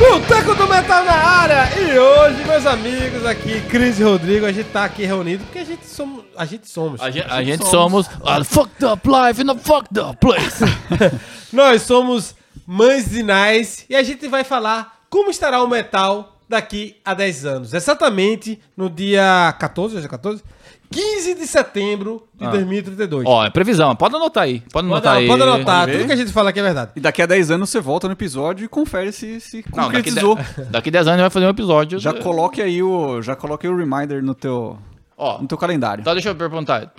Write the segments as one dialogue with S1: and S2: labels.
S1: do Metal na área! E hoje, meus amigos, aqui, Cris e Rodrigo, a gente tá aqui reunido porque a gente somos. A gente somos.
S2: A gente, a gente somos, a fucked up life in a fucked up place.
S1: Nós somos Mães de Nice e a gente vai falar como estará o metal daqui a 10 anos. Exatamente no dia 14, hoje é 14? 15 de setembro de 2032.
S2: Ah. Ó, é previsão, pode anotar aí. Pode anotar aí.
S1: pode anotar,
S3: Pode ver.
S1: tudo que a gente fala aqui é verdade.
S3: E daqui a 10 anos você volta no episódio e confere se, se
S2: Não, daqui, de,
S3: concretizou.
S2: daqui 10 anos a gente vai fazer um episódio.
S3: Já coloque aí o, já coloque o reminder no teu,
S2: Ó,
S3: no teu calendário.
S2: então deixa eu perguntar.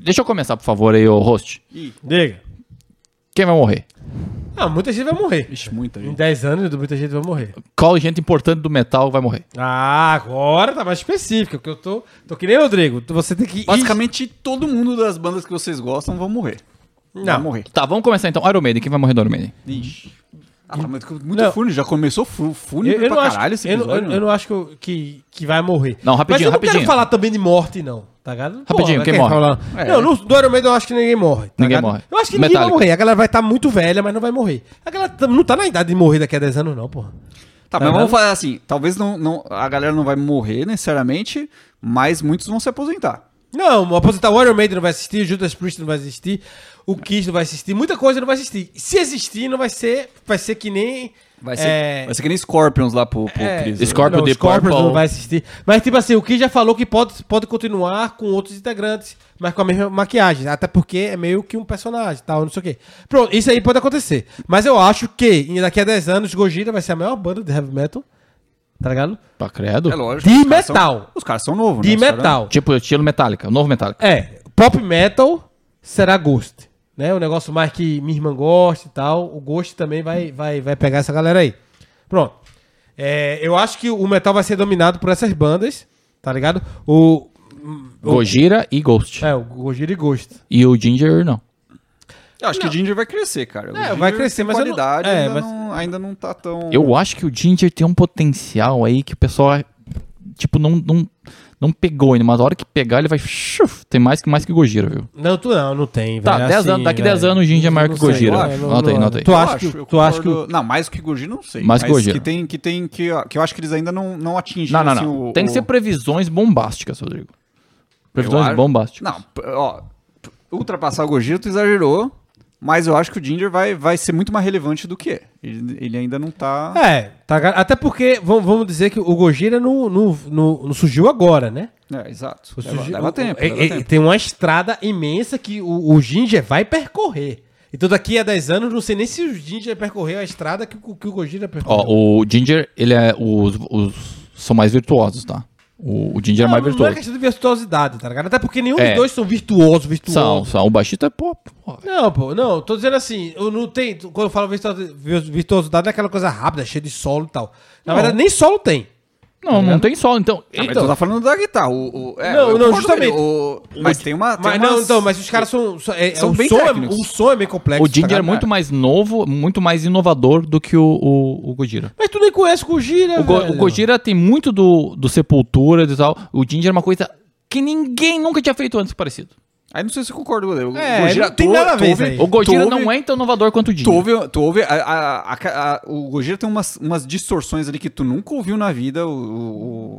S2: Deixa eu começar, por favor, aí, o host.
S1: Diga.
S2: Quem vai morrer?
S1: Ah, muita gente vai morrer.
S3: Ixi, muita
S1: Em
S3: gente.
S1: 10 anos, muita gente vai morrer.
S2: Qual gente importante do metal vai morrer?
S1: Ah, agora tá mais específico, porque eu tô. Tô que nem o Rodrigo. Você tem que.
S3: Basicamente, todo mundo das bandas que vocês gostam vão morrer. Vão
S1: Não.
S3: morrer.
S2: Tá, vamos começar então. Iron Maiden, quem vai morrer do Iron Maiden?
S3: Ixi. Ah, mas muito
S1: Não.
S3: fúnebre, já começou fú-
S1: Eu,
S3: fúnebre
S1: eu não
S3: pra
S1: acho,
S3: caralho esse
S1: eu não-
S3: episódio.
S1: eu, eu não acho que eu- que, que vai morrer.
S2: Não, rapidinho,
S1: Mas eu não
S2: rapidinho.
S1: quero falar também de morte, não. Tá ligado?
S2: Rapidinho,
S1: vai
S2: quem
S1: querer
S2: morre?
S1: falar-
S3: É.
S1: Não, no, do Iron Maiden eu acho que ninguém morre. tá
S2: Ninguém
S1: ligado?
S2: morre.
S1: Eu acho que ninguém vai
S2: Metallica.
S1: morrer. A galera vai estar muito velha, mas não vai morrer. A galera tam- não tá na idade de morrer daqui a 10 anos, não, porra.
S3: Tá, mas vamos falar assim, talvez não, não, a galera não vai morrer necessariamente, mas muitos vão se aposentar.
S1: Não, o aposentar o Iron Maiden não vai assistir, o Judas Priest não vai assistir, o Kiss não vai assistir, muita coisa não vai assistir. Se existir, não vai ser, vai ser que nem...
S3: Vai ser,
S1: é,
S3: vai ser que nem Scorpions lá pro, pro
S1: É,
S2: Scorpions.
S3: Chris.
S2: Scorpio
S1: não,
S2: The
S1: Scorpions
S2: Purple.
S1: não vai assistir. Mas, tipo assim, o Kiss já falou que pode, pode continuar com outros integrantes, mas com a mesma maquiagem. Até porque é meio que um personagem, tal, não sei o quê. Pronto, isso aí pode acontecer. Mas eu acho que em- daqui a 10 anos, Gojira vai ser a maior banda de heavy metal, tá ligado?
S2: Pra credo.
S3: É lógico.
S1: De
S3: os caras são-
S1: metal.
S3: os caras são novos,
S1: De
S3: né? Os caras-
S1: metal.
S2: Tipo, estilo Metallica, o novo Metallica.
S1: É, pop metal será Ghost, né? O negócio mais que minha irmã gosta e tal, o Ghost também vai, vai, vai pegar essa galera aí. Pronto. É, eu acho que o metal vai ser dominado por essas bandas, tá ligado? É, O...
S2: Gojira e Ghost.
S1: É, o Gojira e Ghost.
S2: E o Ginger, não.
S3: Eu acho que o Ginger vai crescer, cara. O
S1: É,
S3: Ginger
S1: vai crescer,
S3: tem
S1: mas eu não-
S3: qualidade
S1: é,
S3: ainda,
S1: mas-
S3: não, ainda não tá tão...
S2: Eu acho que o Ginger tem um potencial aí que o pessoal, tipo, não, não, não pegou ainda. Mas a hora que pegar, ele vai... shuf, tem mais que, mais que Gojira, viu?
S1: Não, tu não, não tem,
S2: Tá,
S1: velho. assim,
S2: 10 anos, daqui 10 anos o Ginger é maior que o Gojira.
S3: Ah,
S1: eu acho.
S2: Anota aí, anota aí.
S1: Tu acha que,
S3: eu
S1: tu acha que
S3: concordo- Não, mais que Gojira, não sei.
S2: Mais que
S3: mas
S2: Gojira.
S3: Que tem, que tem, que, que eu acho que eles ainda não, não atingiram,
S2: Não, não,
S3: assim,
S2: não.
S3: o-
S2: Tem que
S3: o-
S2: ser previsões bombásticas, Rodrigo.
S3: Eu
S2: Previsões
S3: acho-
S2: bombásticas.
S3: Não, p- ó, p- ultrapassar o Gojira tu exagerou, mas eu acho que o Ginger vai, vai ser muito mais relevante do que é. Ele, ele ainda não tá...
S1: É, tá, ligado? até porque vamos, vamos dizer que o Gojira não, não, não, não surgiu agora, né?
S3: É, exato.
S1: O
S3: Leva,
S1: sugi-
S3: leva
S1: o-
S3: tempo,
S1: é-
S3: leva
S1: é-
S3: tempo.
S1: Tem uma estrada imensa que o, o Ginger vai percorrer. Então daqui a 10 anos, não sei nem se o Ginger percorreu a estrada que, o- que o Gojira percorreu.
S2: Ó, o Ginger, ele é... Os, os são mais virtuosos, tá? O, o Ginger é
S1: não,
S2: mais
S1: não é
S2: virtuoso.
S1: questão de virtuosidade, tá ligado? Até porque nenhum
S2: É.
S1: dos dois são virtuosos,
S2: São,
S1: virtuosos.
S2: são. O baixista é pop. ó.
S1: Não, pô, não, tô dizendo assim, eu não tem, quando eu falo virtuosi- virtuosidade é aquela coisa rápida, cheia de solo e tal. Na
S2: Não.
S1: verdade, nem solo tem.
S2: Não, não tem solo, então...
S3: Ah, mas
S2: então,
S3: tu tá falando da guitarra. O, o- é,
S1: Não,
S3: eu
S1: não,
S3: concordo com
S1: justamente.
S3: ele, o- mas tem uma... tem
S1: Mas não,
S3: umas-
S1: então, mas os caras são, são- é, é,
S3: São
S1: o
S3: bem
S1: som é,
S3: técnicos.
S1: o som é meio complexo.
S2: O
S1: tá
S2: Ginger é
S1: ligado?
S2: muito mais novo, muito mais inovador do que o, o, o Gojira.
S1: Mas tu nem conhece o Gojira,
S2: O, Go- o
S1: velho.
S2: Gojira tem muito do, do Sepultura e tal. O Ginger é uma coisa que ninguém nunca tinha feito antes parecido.
S3: Aí não sei se eu concordo com ele. O
S1: É, não tem
S3: tu-
S1: nada a
S3: tu
S1: ver
S3: ouve-
S1: isso aí.
S2: O Gojira
S3: tu ouve-
S2: não é tão inovador quanto o Ginger.
S3: Tu ouve, tu ouve a- a- a- a- o Gojira tem umas, umas distorções ali que tu nunca ouviu na vida. O, o- o-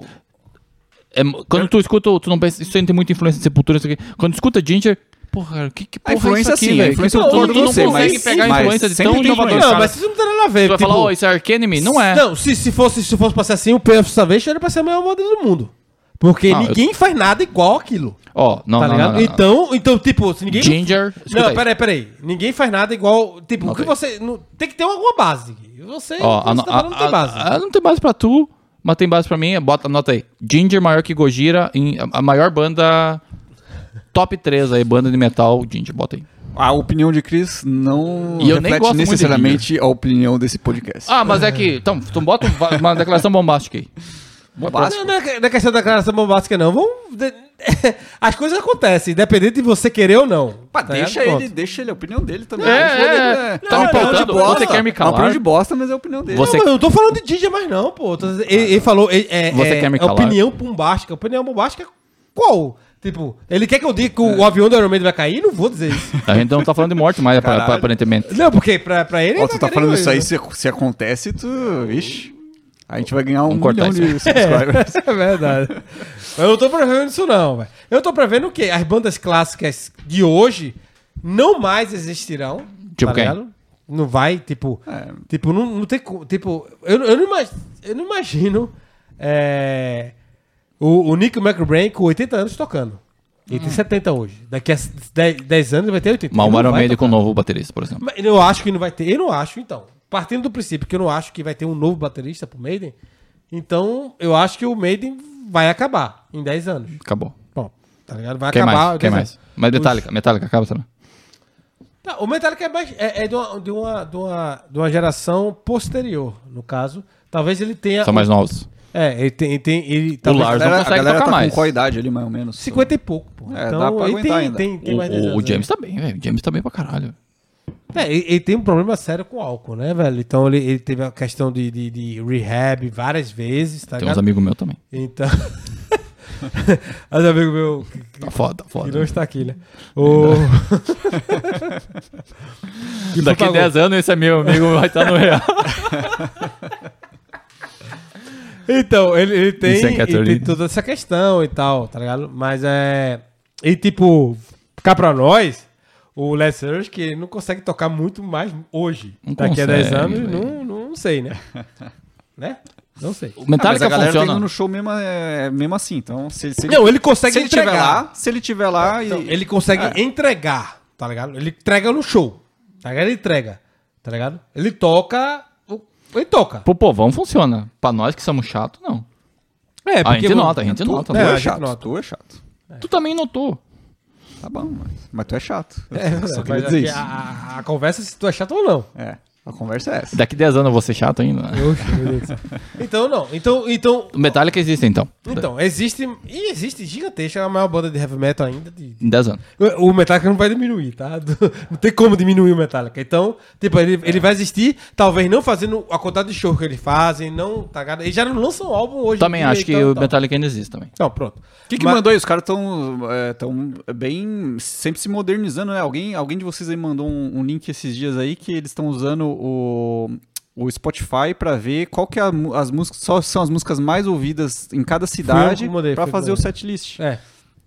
S2: É, quando tu escuta, tu não pensa, isso aí não tem muita influência de Sepultura, isso aqui. Quando tu escuta Ginger, porra, que, que porra
S3: a influência
S2: é isso aqui,
S3: sim,
S2: velho?
S3: a influência
S2: Que
S3: eu
S2: porra, tu
S3: concordo com
S2: não
S3: você,
S2: consegue
S3: mas,
S2: pegar a
S3: mas
S2: influência de
S3: sempre
S2: é tão
S3: tem
S2: inovador.
S3: influência.
S1: Não,
S2: cara.
S1: mas isso não tem nada a ver.
S2: Tu vai
S1: tipo-
S2: falar, ó, isso é Arch Enemy? Não é.
S1: Não, se, se, fosse, se fosse pra ser assim, o Pain of Salvation era pra ser a maior moda do mundo. Porque
S2: Ah,
S1: ninguém faz nada igual aquilo.
S2: Ó, não,
S1: tá
S2: não,
S1: ligado?
S2: não, não, não.
S1: Então, então, tipo, se ninguém.
S2: Ginger, escuta
S1: Não,
S2: aí.
S1: peraí, peraí. Ninguém faz nada igual. Tipo, o que
S2: Ok.
S1: você. não- tem que ter alguma base. Você,
S2: Ó,
S1: você tá
S2: a,
S1: falando
S2: a-
S1: não tem base.
S2: a- a- não tem base pra tu, mas tem base pra mim. Bota, anota aí. Ginger maior que Gojira, em- a, a maior banda top 3 aí, banda de metal, Ginger, bota aí.
S3: a opinião de Chris não
S2: E eu nem gosto muito
S3: reflete
S2: de
S3: necessariamente a opinião desse podcast.
S2: Ah, mas é que, então, tu bota um- uma declaração bombástica aí.
S1: Não, não é, não é questão da declaração bombástica, não. Vamos. de- As coisas acontecem, independente de você querer ou não.
S3: Pá,
S1: Tá
S3: deixa
S1: ligado?
S3: ele, deixa ele, a opinião dele também.
S2: É,
S3: A opinião
S2: é,
S3: dele,
S2: é.
S3: né?
S2: Tá
S1: me
S3: uma opinião
S1: pautando?
S3: de bosta,
S2: Você quer me
S3: é uma opinião
S2: calar?
S3: de bosta, mas é a opinião dele.
S2: Você-
S1: Não, mas eu não tô falando de Ginger mais não, pô. Tô- Ele, ele falou. Ele, é,
S2: Você
S1: é-
S2: quer me
S1: é
S2: calar?
S1: opinião bombástica. Opinião bombástica é qual? Tipo, ele quer que eu diga que o avião do Iron Maiden vai cair? Não vou dizer isso.
S2: A gente não tá falando de morte mais, apa- apa- aparentemente.
S1: não, porque pra, pra ele.
S3: Ó,
S1: ele
S3: tu tá
S1: querendo
S3: falando isso aí,
S1: né?
S3: se, se acontece, tu... Ixi. A gente vai ganhar um,
S2: cortar
S3: milhão de subscribers.
S1: É verdade. Mas eu não tô prevendo isso, não, velho. Eu tô prevendo o quê? As bandas clássicas de hoje não mais existirão. tá
S2: Tipo quem?
S1: ligado? Não vai, tipo.
S3: É.
S1: Tipo, não, não tem. co- Tipo, eu, eu não imagino. Eu não imagino. é, o, o Nico McBrain com 80 anos tocando. Ele tem 70 hoje. Daqui a 10, anos ele vai ter 80.
S2: Hum. Mas
S1: Ele
S2: o
S1: não
S2: Iron
S1: vai
S2: Maiden é com
S1: tocar.
S2: o novo baterista, por exemplo.
S1: Mas Eu acho que não vai ter. Eu não acho, então. Partindo do princípio que eu não acho que vai ter um novo baterista pro Maiden, então eu acho que o Maiden vai acabar em 10 anos.
S2: Acabou.
S1: Bom, tá ligado? Vai
S2: Quem
S1: acabar.
S2: mais? Quem
S1: 10
S2: mais?
S1: anos.
S2: Mas Metallica. Metallica acaba, será?
S1: Tá, o Metallica é, mais, é, é de, uma, de, uma, de, uma, de uma geração posterior, no caso. Talvez ele tenha.
S2: São mais novos.
S1: É, ele tem. Ele tem ele, talvez-
S2: Lars é
S3: A galera-
S2: não consegue
S3: a galera
S2: tocar
S3: tá
S2: mais.
S3: com qual idade ali, mais ou menos?
S1: 50 e pouco, pô. Então,
S3: É, dá pra
S1: ele tem,
S3: aguentar ainda.
S1: tem, tem mais 10
S2: O, o-
S1: anos,
S2: o James
S1: né?
S2: tá bem, velho. O James tá bem pra caralho.
S1: É, ele, ele tem um problema sério com álcool, né, velho? Então ele, ele teve a questão de, de, de rehab várias vezes, tá
S2: Tem uns
S1: ligado?
S2: amigos meus também.
S1: Então. Mas amigo meu que-
S2: Tá foda, tá
S1: que
S2: foda.
S1: não está aqui, né? O... Que foi
S2: Daqui
S1: pra
S2: 10 anos esse meu amigo vai estar no real.
S1: Então, ele, ele tem,
S2: Isso é
S1: ele
S2: Catarina.
S1: tem toda essa questão e tal, tá ligado? Mas é. E tipo, cá pra nós, o Led Zeppelin, que ele não consegue tocar muito mais hoje.
S2: Não
S1: Daqui a
S2: consegue,
S1: 10 anos,
S2: velho.
S1: não, não sei, né? né? Não sei.
S2: O
S3: Ah, mas
S2: Metallica
S3: a galera tá
S2: funciona.
S3: indo no show mesmo, é, mesmo assim. Então, se, se ele,
S1: Não, ele consegue
S3: se ele tiver lá, é. se ele tiver lá
S1: Então,
S3: e...
S1: ele consegue entregar, tá ligado? Ele entrega no show. Tá ligado? Ele entrega, tá ligado? Ele toca. o- Ele toca.
S2: Pro povão funciona. Pra nós que somos chato, não. Ah,
S1: É,
S2: a gente nota, a gente
S3: Tu,
S2: nota.
S3: tu
S1: É,
S3: é,
S1: a gente
S3: chato,
S1: nota.
S3: tu é chato.
S2: Tu também notou.
S3: Tá bom, mas, mas tu é chato. Eu
S1: É,
S3: só- só
S1: mas
S3: queria
S1: aqui
S3: dizer isso.
S1: a, a- a conversa é se tu é chato ou não.
S3: É, a conversa é essa.
S2: Daqui 10 anos eu vou ser chato ainda. né?
S1: então, não. Então, então,
S2: O Metallica existe, então.
S1: então, existe. E existe gigantesca a maior banda de heavy metal ainda. de-
S2: Em 10 anos.
S1: O o Metallica não vai diminuir, tá? Não tem como diminuir o Metallica. Então, tipo, ele, ele vai existir, talvez não fazendo a quantidade de show que eles fazem, não. Tá, ligado? eles já não lançam álbum hoje.
S2: Também
S1: em dia,
S2: acho que
S1: então,
S2: o
S1: tá.
S2: Metallica ainda existe também.
S1: Não, pronto.
S3: O que, que
S1: Mas-
S3: mandou aí? Os caras estão é, tão bem. sempre se modernizando, né? Alguém, alguém de vocês aí mandou um, um link esses dias aí que eles estão usando o, o Spotify pra ver qual que é a mu- as músicas, só são as músicas mais ouvidas em cada cidade
S1: mandei,
S3: pra
S1: foi eu que
S3: fazer o
S1: mandei.
S3: setlist. É.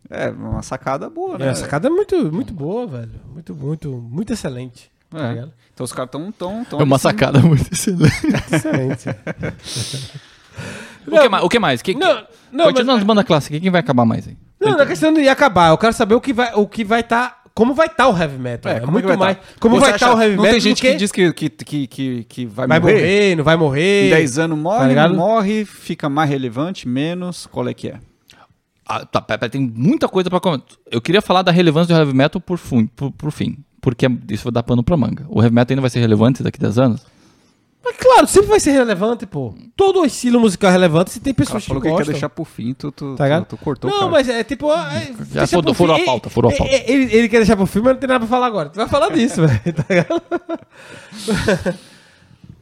S1: É,
S3: uma sacada boa, né?
S1: é, a sacada é muito, muito boa, velho. Muito, muito, muito excelente. Tá
S3: É.
S1: ligado?
S3: Então os caras estão tão, tão
S2: É uma
S3: assim,
S2: sacada muito excelente.
S1: Excelente.
S2: O que mais? O que mais? Que, que...
S1: Não, não, mas-
S2: Continuando banda clássica, quem vai acabar mais aí?
S1: Não, não é questão de acabar. Eu quero saber o que vai o que vai estar. como vai estar o heavy metal. É,
S3: como
S1: muito
S3: que vai
S1: mais.
S3: tá?
S1: Como
S3: Você
S1: vai
S3: acha-
S1: estar o heavy metal.
S3: Não tem
S1: do
S3: gente
S1: que
S3: que diz que, que, que, que, que vai,
S1: vai
S3: morrer.
S1: morrer, não vai morrer.
S3: Em 10 anos morre,
S1: ligado?
S3: morre, fica mais relevante, menos. Qual é que é?
S2: Ah, tá, pera, pera, tem muita coisa pra comentar. Eu queria falar da relevância do heavy metal por, fun, por, por fim. Porque é, isso vai dar pano pra manga. O heavy metal ainda vai ser relevante daqui 10 anos?
S1: Mas claro, sempre vai ser relevante, pô. Todo estilo musical é relevante se tem
S3: O cara
S1: pessoas que
S3: falou que quer
S1: gostam.
S3: deixar pro fim, tu,
S1: Tá
S3: tu, tu-
S1: ligado?
S3: tu cortou
S1: não,
S3: o cara.
S1: mas é tipo. é,
S2: Já
S1: deixa
S2: furou-
S1: pro
S2: furou a
S1: fim.
S2: pauta, furou a
S1: É,
S2: pauta.
S1: é, Ele, ele quer deixar pro filme, mas não tem nada pra falar agora. Tu vai falar disso, velho. Tá ligado?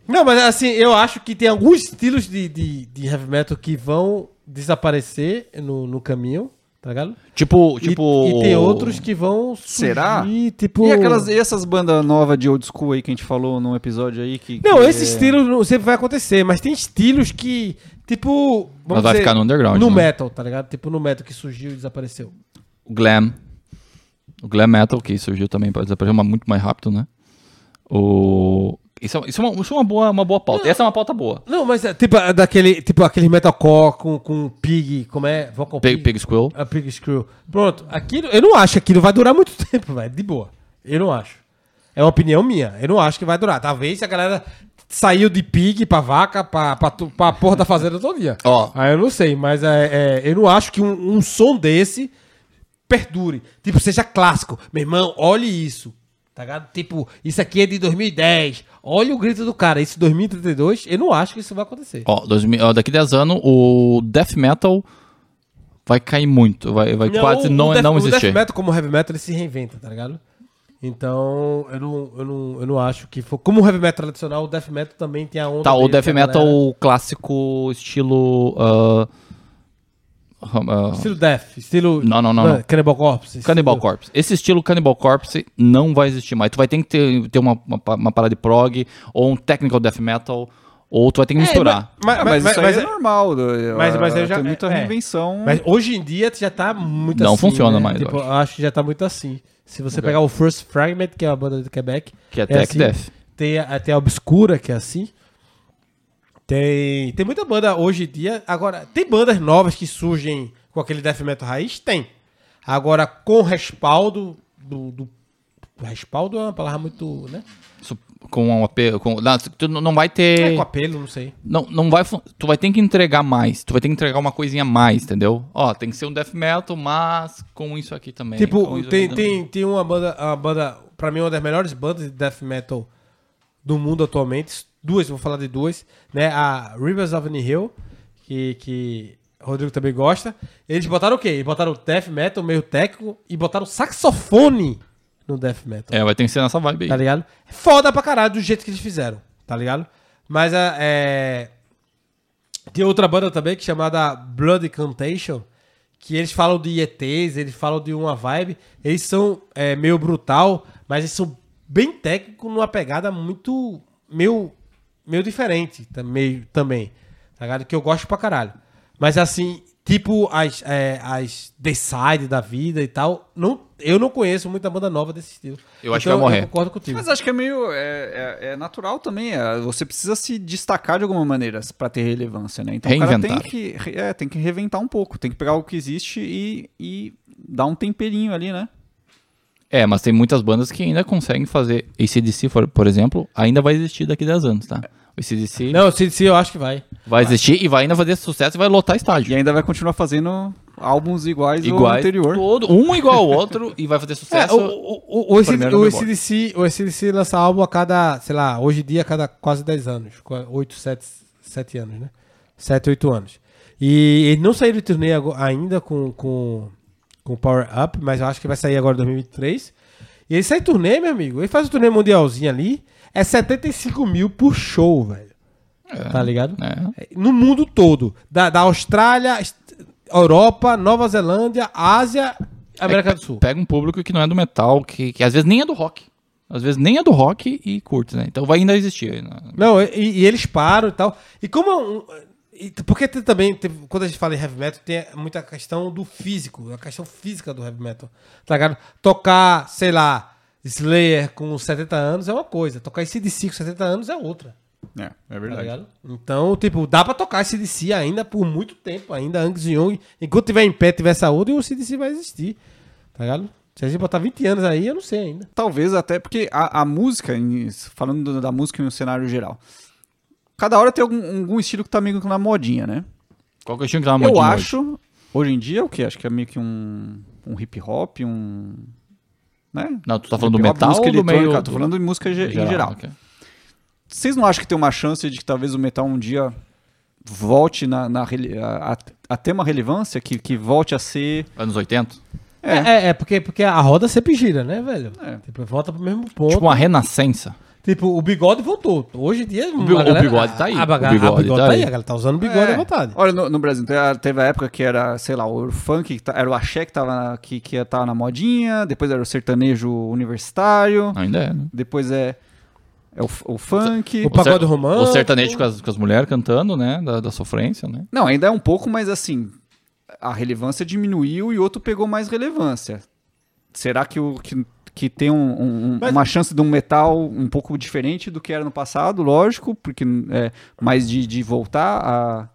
S1: não, mas assim, eu acho que tem alguns estilos de, de, de heavy metal que vão desaparecer no, no caminho, tá ligado?
S2: Tipo.
S1: E-
S2: tipo...
S1: E, tem outros que vão surgir,
S3: Será?
S1: tipo...
S3: E, aquelas, e essas bandas novas de old school aí que a gente falou num episódio aí que.
S1: Não,
S3: que é-
S1: esse estilo não- sempre vai acontecer, mas tem estilos que, tipo...
S2: Mas vai ficar no underground,
S1: No
S2: né?
S1: metal, tá ligado? Tipo no metal que surgiu e desapareceu.
S2: O glam. O glam metal, que surgiu também para desaparecer, mas muito mais rápido, né? O... Isso, é, isso, é uma, isso é uma boa, uma boa pauta. Essa é uma pauta boa.
S1: Não, mas é, tipo é, daquele, tipo aquele metalcore com, com pig, como é? Vocal
S2: Pig, Pig Squill.
S1: A pig screw. Pronto, aquilo, eu não acho que aquilo vai durar muito tempo, velho, de boa. Eu não acho. É uma opinião minha, eu não acho que vai durar. Talvez a galera saiu de pig pra vaca, pra, pra, tu- pra porra da fazenda todo dia.
S2: Ó.
S1: Aí eu não sei, mas é, é, eu não acho que um, um som desse perdure. Tipo, seja clássico. Meu irmão, olhe isso. Tá ligado? Tipo, isso aqui é de 2010. Olha o grito do cara. Isso 2032, eu não acho que isso vai acontecer.
S2: Ó, 2000 ó, daqui 10 anos, o death metal vai cair muito. Vai, vai quase
S1: o-
S2: não, é
S1: o death-
S2: não
S1: O
S2: existir.
S1: death metal, como o heavy metal, ele se reinventa, tá ligado? Então, eu não, eu não, eu não acho que for. Como o heavy metal tradicional, o death metal também tem a onda.
S2: Tá, o
S1: dele,
S2: death
S1: que a
S2: metal
S1: galera-
S2: clássico, estilo. ah, ah, ah,
S1: Estilo death, estilo.
S2: Não, não, não, não.
S1: Cannibal Corpse.
S2: Tipo, Cannibal
S1: estilo-
S2: Corpse. Esse estilo Cannibal Corpse não vai existir mais. Tu vai ter que ter, ter uma, uma, pa- uma parada de prog, ou um technical death metal, Ou tu vai ter que misturar.
S1: É, Mas,
S3: Ah,
S1: mas,
S3: mas,
S1: mas,
S3: isso aí
S1: mas-
S3: é normal. do-
S1: mas- mas
S3: ah,
S1: eu já-
S3: Tem muita
S1: é.
S3: reinvenção.
S1: mas hoje em dia já tá muito
S2: Não
S1: assim.
S2: funciona
S1: né?
S2: mais, eu
S1: Tipo, acho. que já tá muito assim. Se você pegar o First Fragment, que é uma banda do Quebec.
S2: Que é Tech
S1: assim.
S2: Death.
S1: Tem a- tem a Obscura, que é assim. Tem, tem muita banda hoje em dia. Agora, tem bandas novas que surgem com aquele death metal raiz? Tem. Agora, com respaldo do. do- respaldo é uma palavra muito. né?
S2: Isso Com um apelo. Com, não, tu não não vai
S1: É
S2: ter.
S1: com apelo, não sei.
S2: Não, não vai. fu- Tu vai ter que entregar mais. Tu vai ter que entregar uma coisinha a mais, entendeu? Ó, tem que ser um death metal, mas com isso aqui também. com
S1: Tipo,
S2: isso
S1: tem,
S2: aqui também.
S1: tem, tem uma banda, uma banda, pra mim, é uma das melhores bandas de death metal do mundo atualmente. Duas, vou falar de duas, né? A Rivers of Hill, que, que o Rodrigo também gosta. Eles botaram o quê? Eles botaram death metal meio técnico e botaram saxofone no death metal.
S2: É, vai ter que ser nessa vibe
S1: Tá
S2: aí.
S1: ligado? Foda pra caralho do jeito que eles fizeram, tá ligado? Mas a, é. Tem outra banda também que é chamada Blood Cantation, que eles falam de ETs, eles falam de uma vibe. Eles são é, meio brutal, mas eles são bem técnicos numa pegada muito. meio, meio diferente tá- meio, também. Tá ligado? Que eu gosto pra caralho. Mas assim, tipo as, é, as The Side da vida e tal, não, eu não conheço muita banda nova desse estilo. Então,
S2: Eu acho que vai morrer.
S1: Eu concordo contigo.
S3: Mas acho que é meio. É, é- é natural também. é, Você precisa se destacar de alguma maneira pra ter relevância, né? Então o cara
S2: Reinventar.
S3: tem que, re- é, tem que reventar um pouco, tem que pegar o que existe e, e dar um temperinho ali, né?
S2: É, mas tem muitas bandas que ainda conseguem fazer. ACDC, por, por exemplo, ainda vai existir daqui 10 anos, tá? O ACDC
S1: Não, se, se eu acho que vai.
S2: vai existir e vai ainda fazer sucesso e vai lotar estádio.
S3: E ainda vai continuar fazendo álbuns iguais, ao
S2: Iguais,
S3: anterior.
S2: Todo, um igual ao outro e vai fazer
S1: É,
S2: sucesso.
S1: o, o, o, o, AC/DC
S3: primeiro
S1: o,
S3: Billboard.
S1: ACDC, o ACDC lança álbum a cada, sei lá, hoje em dia a cada quase 10 anos. 8, 7, 7 anos, né? 7, 8 anos. E eles não saíram de turnê ago- ainda com, com, com Power Up, mas eu acho que vai sair agora em 2023. E ele sai em turnê, meu amigo. Ele faz o turnê mundialzinho ali. É 75 mil por show, velho. Tá ligado?
S2: né?
S1: No mundo todo. Da, da Austrália, est- Europa, Nova Zelândia, Ásia, América do Sul.
S2: Pega um público que não é do metal, que, que às vezes nem é do rock. Às vezes nem é do rock e curte, né? Então vai ainda existir. né?
S1: Não, e, e eles param e tal. E como. é um- e t- porque tem também, tem- quando a gente fala em heavy metal, tem muita questão do físico, a questão física do heavy metal. Tá ligado? Tocar, sei lá, Slayer com 70 anos é uma coisa, tocar ACDC com 70 anos é outra.
S3: É, é
S1: Tá
S3: verdade.
S1: ligado? Então, tipo, dá pra tocar CDC ainda por muito tempo, ainda Angus Young. Enquanto tiver em pé, tiver saúde, o CDC vai existir. Tá ligado? Se a gente botar 20 anos aí, eu não sei ainda.
S3: Talvez até porque a, a música, em- falando do- da música em um cenário geral, cada hora tem algum, algum estilo que tá meio que na modinha, né?
S2: Qual que eu tinha que dar uma
S3: Eu
S2: modinha hoje?
S3: acho, hoje. em dia, o que? Acho que é meio que um, um hip hop, um. Né?
S2: Não, tu tá falando do
S3: Hip hop,
S2: metal
S3: música
S2: ou do
S3: eletrônica,
S2: meio...
S3: Tô falando de música ge- em geral.
S2: ok.
S3: Vocês não acham que tem uma chance de que talvez o metal um dia volte na, na rele- a, a- a ter uma relevância que, que volte a ser.
S2: Anos 80?
S1: É, é, é, porque, porque a roda sempre gira, né, velho?
S2: É.
S1: Tipo, volta pro mesmo ponto.
S2: Tipo uma renascença.
S1: Tipo, o bigode voltou. Hoje em dia.
S2: bi-
S1: a
S2: o bigode tá aí.
S1: A, baga-
S2: O bigode
S1: a bigode
S2: tá
S1: tá aí.
S2: aí.
S1: A galera tá usando o bigode
S3: É.
S1: à vontade.
S3: Olha, no, no Brasil teve a- teve a época que era, sei lá, o funk, que tá- era o axé que tava na, que, que ia tá na modinha, depois era o sertanejo universitário,
S2: Ainda é, né?
S3: depois é, é o, f- o funk.
S1: O pagode
S2: cer-
S1: romântico.
S2: O sertanejo com as, com as mulheres cantando, né? Da, da sofrência, né?
S3: Não, ainda é um pouco, mas assim, a relevância diminuiu e outro pegou mais relevância. Será que o que, que tem um- um- um-
S1: Mas-
S3: uma chance de um metal um pouco diferente do que era no passado, lógico, porque é, mas de, de voltar a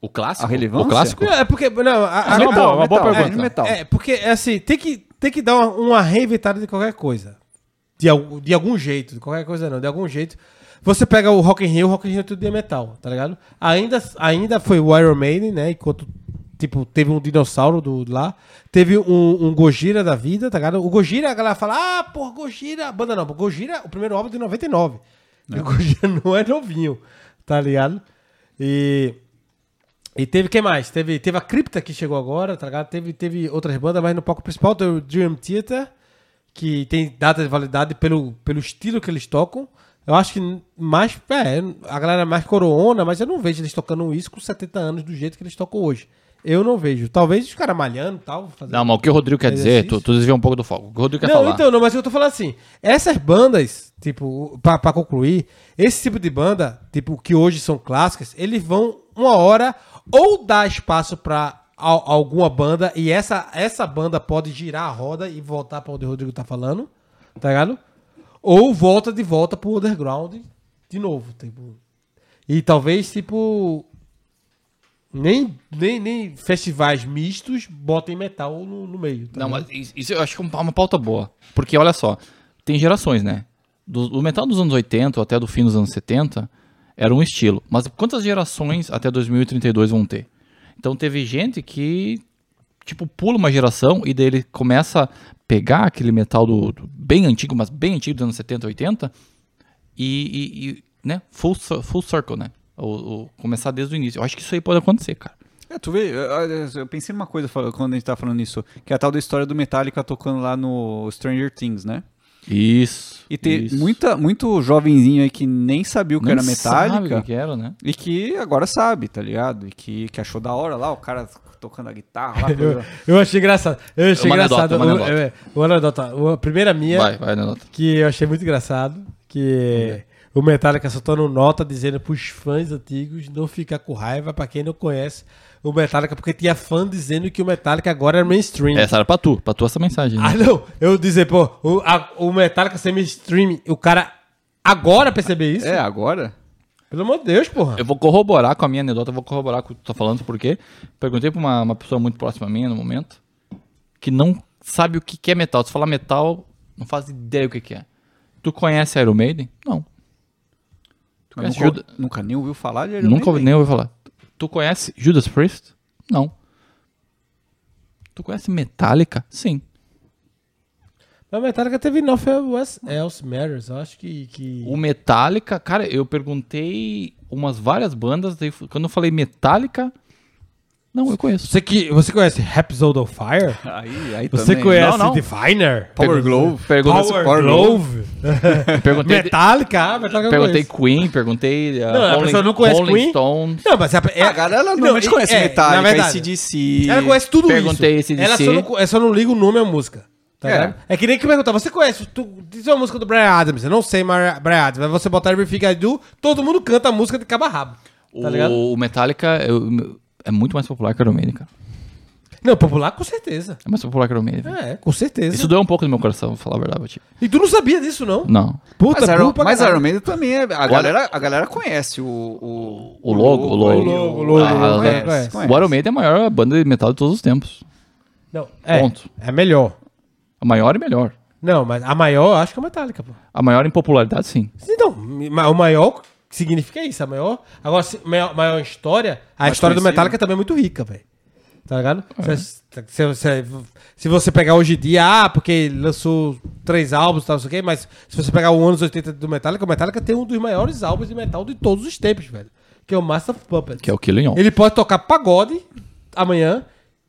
S2: O clássico?
S3: A relevância?
S2: O clássico?
S1: Não, É porque. Não, a, a-
S2: Mas é uma boa, uma boa
S3: metal,
S2: pergunta.
S3: é, de metal.
S1: É, porque, é assim, tem que, tem que dar uma, uma reinventada de qualquer coisa. De, al- de algum jeito, de qualquer coisa não, de algum jeito. Você pega o Rock in Rio, o Rock in Rio é tudo de metal, tá ligado? Ainda, ainda foi o Iron Maiden, né? Enquanto, tipo, teve um dinossauro do, lá. Teve um, um Gojira da vida, tá ligado? O Gojira, a galera fala, ah, porra, Gojira. Banda não, Gojira, o primeiro álbum é de 99. E o Gojira não é novinho, tá ligado? E... E teve quem mais? Teve, teve a Cripta que chegou agora, tá ligado? Teve, teve outras bandas, mas no palco principal tem o Dream Theater, que tem data de validade pelo, pelo estilo que eles tocam. Eu acho que mais. É, a galera é mais coroona, mas eu não vejo eles tocando isso com 70 anos do jeito que eles tocam hoje. Eu não vejo. Talvez os caras malhando e tal. Fazendo...
S2: Não, mas o que o Rodrigo quer dizer, tu,
S1: Exercício.
S2: tu desviou um pouco do foco. O que o Rodrigo quer
S1: Não,
S2: falar?
S1: então, não, mas eu tô falando assim. Essas bandas, tipo, pra, pra concluir, esse tipo de banda, tipo, que hoje são clássicas, eles vão uma hora ou dar espaço pra al- alguma banda e essa, essa banda pode girar a roda e voltar pra onde o Rodrigo tá falando, tá ligado? Ou volta de volta pro underground de novo, tipo. E talvez, tipo, nem, nem, nem festivais mistos botem metal no, no meio. tá
S2: Não,
S1: ligado?
S2: mas isso isso eu acho que é uma pauta boa. Porque, olha só, tem gerações, né? Do, o metal dos anos 80 até do fim dos anos 70 era um estilo. Mas quantas gerações até 2032 vão ter? Então teve gente que, tipo, pula uma geração e daí ele começa a pegar aquele metal do, do bem antigo, mas bem antigo dos anos 70, 80 e, e- e, né? Full, cir- full circle, né? Ou, ou começar desde o início. Eu acho que isso aí pode acontecer, cara.
S3: É, tu vê, eu- eu pensei numa coisa fal- quando a gente tava falando isso, que é a tal da história do Metallica tocando lá no Stranger Things, né?
S2: Isso.
S3: E tem
S2: isso.
S3: muita, muito jovenzinho aí que nem sabia o que
S2: Nem
S3: era
S2: sabe
S3: Metallica
S2: o que que era, né?
S3: e que agora sabe, tá ligado? E que, que achou da hora lá, o cara tocando a guitarra lá. coisa-
S1: Eu achei engraçado. Eu achei
S2: Uma anedota,
S1: engraçado.
S2: uma
S1: Uma
S2: anedota.
S1: é, uma anedota. Uma- A primeira minha,
S2: Vai, vai, Nenota.
S1: que eu achei muito engraçado, que
S2: Hum.
S1: o Metallica soltando nota dizendo pros fãs antigos não ficar com raiva pra quem não conhece o Metallica, porque tinha fã dizendo que o Metallica agora era mainstream.
S2: Essa era É, pra tu, pra tu essa mensagem. né?
S1: Ah, não. Eu dizer, pô, o, a, o Metallica ser mainstream, o cara agora perceber isso?
S3: É, agora?
S1: Pelo amor de Deus, porra.
S2: Eu vou corroborar com a minha anedota, eu vou corroborar com o que tu tá falando, porque perguntei pra uma, uma pessoa muito próxima a minha no momento, que não sabe o que que é metal. Se falar metal, não faz ideia o que que é. Tu conhece Iron Maiden? Não. Tu
S3: Mas
S2: conhece
S3: nunca,
S2: Judas?
S3: nunca nem ouviu falar de Iron
S2: Nunca ouvi-
S3: Maiden.
S2: nem ouvi falar. Tu- Tu conhece Judas Priest? Não. Tu conhece Metallica? Sim.
S1: Mas o Metallica teve Nothing Else- Else Matters, eu acho que... que...
S2: O Metallica, cara, eu perguntei umas várias bandas, daí fu- quando eu falei Metallica, não, eu conheço.
S1: Você, que, você conhece Rhapsody of Fire?
S3: Aí, aí
S1: Você
S3: também.
S1: conhece
S2: Não, não.
S1: Diviner?
S3: Power Glove?
S2: Pergunta
S1: Power,
S3: Power
S1: Glove?
S2: Perguntei,
S1: Metallica? Ah, Metallica eu
S2: perguntei
S1: conheço.
S2: Queen, perguntei uh,
S1: Não, a pessoa não conhece
S2: Rolling
S1: Queen?
S2: Stones.
S1: Não, mas é, é,
S3: Ah, A galera normalmente conhece
S1: é,
S3: Metallica,
S1: na verdade, É
S3: ACDC.
S1: Ela conhece tudo
S2: Perguntei
S1: isso.
S2: AC/DC.
S1: Ela só não, co- ela só não liga o nome à música. Tá
S3: É.
S1: ligado? é que nem que perguntar, você conhece, tu, diz uma música do Brian Adams, eu não sei Mar- Brian Adams, mas você botar Everything I Do, todo mundo canta a música de cabo a rabo. Tá ligado?
S2: o Metallica eu- é muito mais popular que o Iron Maiden, cara.
S1: Não, popular com certeza.
S2: É mais popular que o Iron Maiden. velho.
S1: É, com certeza.
S2: Isso doeu um pouco no meu coração, vou falar a verdade pra ti.
S1: E tu não sabia disso, não?
S2: Não.
S1: Puta,
S3: Mas, Iron,
S1: burro pra
S3: mas
S1: caralho.
S3: Iron Maiden também é. A galera, a galera conhece o. O,
S2: O logo, o logo.
S3: ali,
S1: O logo, o logo,
S3: conhece,
S1: conhece.
S3: conhece.
S2: O Iron Maiden é a maior banda de metal de todos os tempos.
S1: Não, é,
S2: Ponto.
S1: é melhor.
S2: A maior e melhor.
S1: Não, mas a maior eu acho que é a Metallica, pô.
S2: A maior em popularidade, sim.
S1: Então, ma- o maior significa isso, a maior. Agora, se- maior, maior história, a
S3: Mais
S1: história do
S3: conhecida.
S1: Metallica também é muito rica, velho. Tá ligado?
S2: É.
S1: Se, se- se- se você pegar hoje em dia, ah, porque lançou três álbuns e tal, não sei o quê, mas se você pegar o anos 80 do Metallica, o Metallica tem um dos maiores álbuns de metal de todos os tempos, velho. Que é o Master of Puppets.
S2: Que é o Killing All.
S1: Ele pode tocar pagode amanhã